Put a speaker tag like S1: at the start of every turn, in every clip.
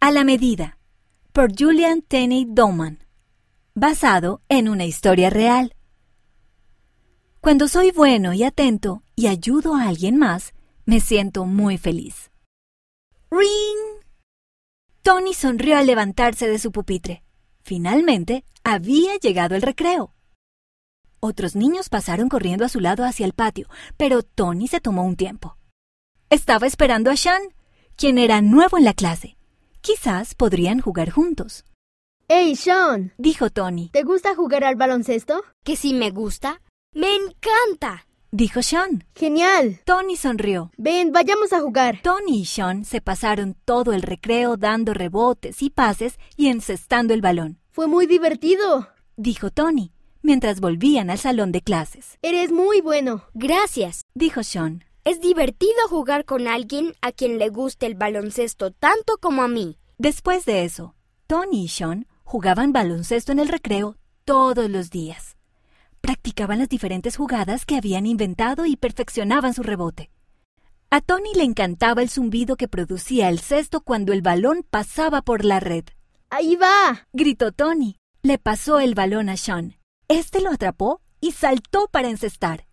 S1: A la medida, por Julian Tenney Doman, basado en una historia real. Cuando soy bueno y atento y ayudo a alguien más, me siento muy feliz. ¡Ring! Tony sonrió al levantarse de su pupitre. Finalmente, había llegado el recreo. Otros niños pasaron corriendo a su lado hacia el patio, pero Tony se tomó un tiempo. Estaba esperando a Shan, quien era nuevo en la clase. Quizás podrían jugar juntos,
S2: ¡Hey, Sean!
S1: dijo Tony.
S2: ¿Te gusta jugar al baloncesto?
S3: ¿Que si me gusta? ¡Me encanta!
S1: Dijo Sean.
S2: ¡Genial!
S1: Tony sonrió.
S2: Ven, vayamos a jugar.
S1: Tony y Sean se pasaron todo el recreo dando rebotes y pases y encestando el balón,
S2: Fue muy divertido.
S1: dijo Tony, mientras volvían al salón de clases.
S2: Eres muy bueno.
S3: Gracias.
S1: Dijo Sean.
S3: Es divertido jugar con alguien a quien le guste el baloncesto tanto como a mí.
S1: Después de eso, Tony y Sean jugaban baloncesto en el recreo todos los días. Practicaban las diferentes jugadas que habían inventado y perfeccionaban su rebote. A Tony le encantaba el zumbido que producía el cesto cuando el balón pasaba por la red.
S2: Ahí va.
S1: gritó Tony. Le pasó el balón a Sean. Este lo atrapó y saltó para encestar.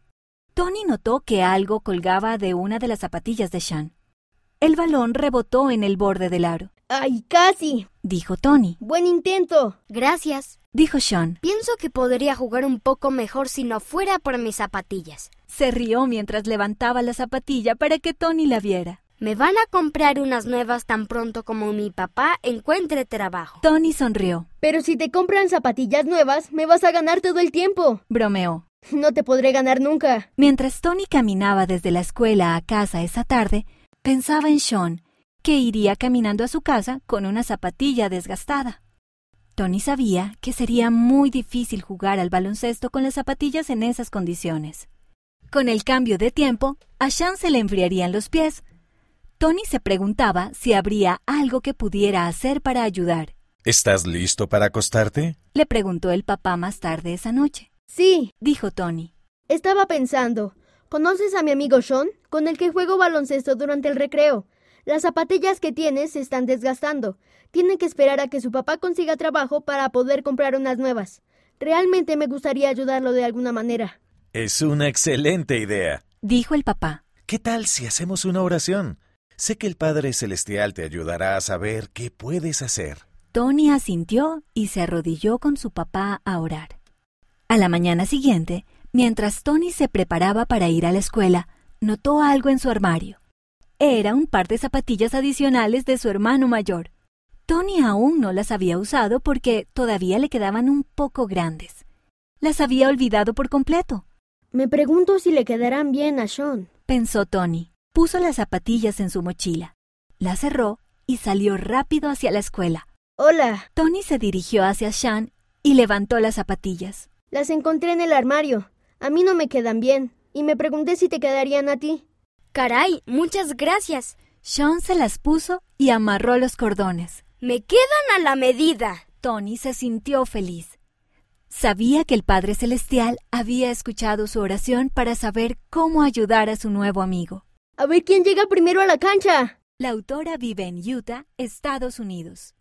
S1: Tony notó que algo colgaba de una de las zapatillas de Sean. El balón rebotó en el borde del aro,
S2: Ay, casi.
S1: dijo Tony.
S2: Buen intento.
S3: Gracias.
S1: Dijo Sean.
S3: Pienso que podría jugar un poco mejor si no fuera por mis zapatillas.
S1: Se rió mientras levantaba la zapatilla para que Tony la viera.
S3: Me van a comprar unas nuevas tan pronto como mi papá encuentre trabajo.
S1: Tony sonrió,
S2: Pero si te compran zapatillas nuevas, me vas a ganar todo el tiempo.
S1: bromeó.
S2: No te podré ganar nunca.
S1: Mientras Tony caminaba desde la escuela a casa esa tarde, pensaba en Sean, que iría caminando a su casa con una zapatilla desgastada. Tony sabía que sería muy difícil jugar al baloncesto con las zapatillas en esas condiciones. Con el cambio de tiempo, a Sean se le enfriarían los pies. Tony se preguntaba si habría algo que pudiera hacer para ayudar.
S4: ¿Estás listo para acostarte?
S1: Le preguntó el papá más tarde esa noche.
S2: Sí,
S1: Dijo Tony.
S2: estaba pensando. ¿Conoces a mi amigo Sean? Con el que juego baloncesto durante el recreo. Las zapatillas que tienes se están desgastando. Tiene que esperar a que su papá consiga trabajo para poder comprar unas nuevas. Realmente me gustaría ayudarlo de alguna manera.
S4: Es una excelente idea.
S1: Dijo el papá.
S4: ¿Qué tal si hacemos una oración? Sé que el Padre Celestial te ayudará a saber qué puedes hacer.
S1: Tony asintió y se arrodilló con su papá a orar. A la mañana siguiente, mientras Tony se preparaba para ir a la escuela, notó algo en su armario. Era un par de zapatillas adicionales de su hermano mayor. Tony aún no las había usado porque todavía le quedaban un poco grandes. Las había olvidado por completo,
S2: Me pregunto si le quedarán bien a Sean.
S1: pensó Tony. Puso las zapatillas en su mochila, la cerró y salió rápido hacia la escuela.
S2: Hola,
S1: Tony se dirigió hacia Shan y levantó las zapatillas.
S2: las encontré en el armario. A mí no me quedan bien. Y me pregunté si te quedarían a ti.
S3: Caray, muchas gracias.
S1: Sean se las puso y amarró los cordones.
S3: Me quedan a la medida.
S1: Tony se sintió feliz. Sabía que el Padre Celestial había escuchado su oración para saber cómo ayudar a su nuevo amigo.
S2: A ver quién llega primero a la cancha.
S1: La autora vive en Utah, Estados Unidos.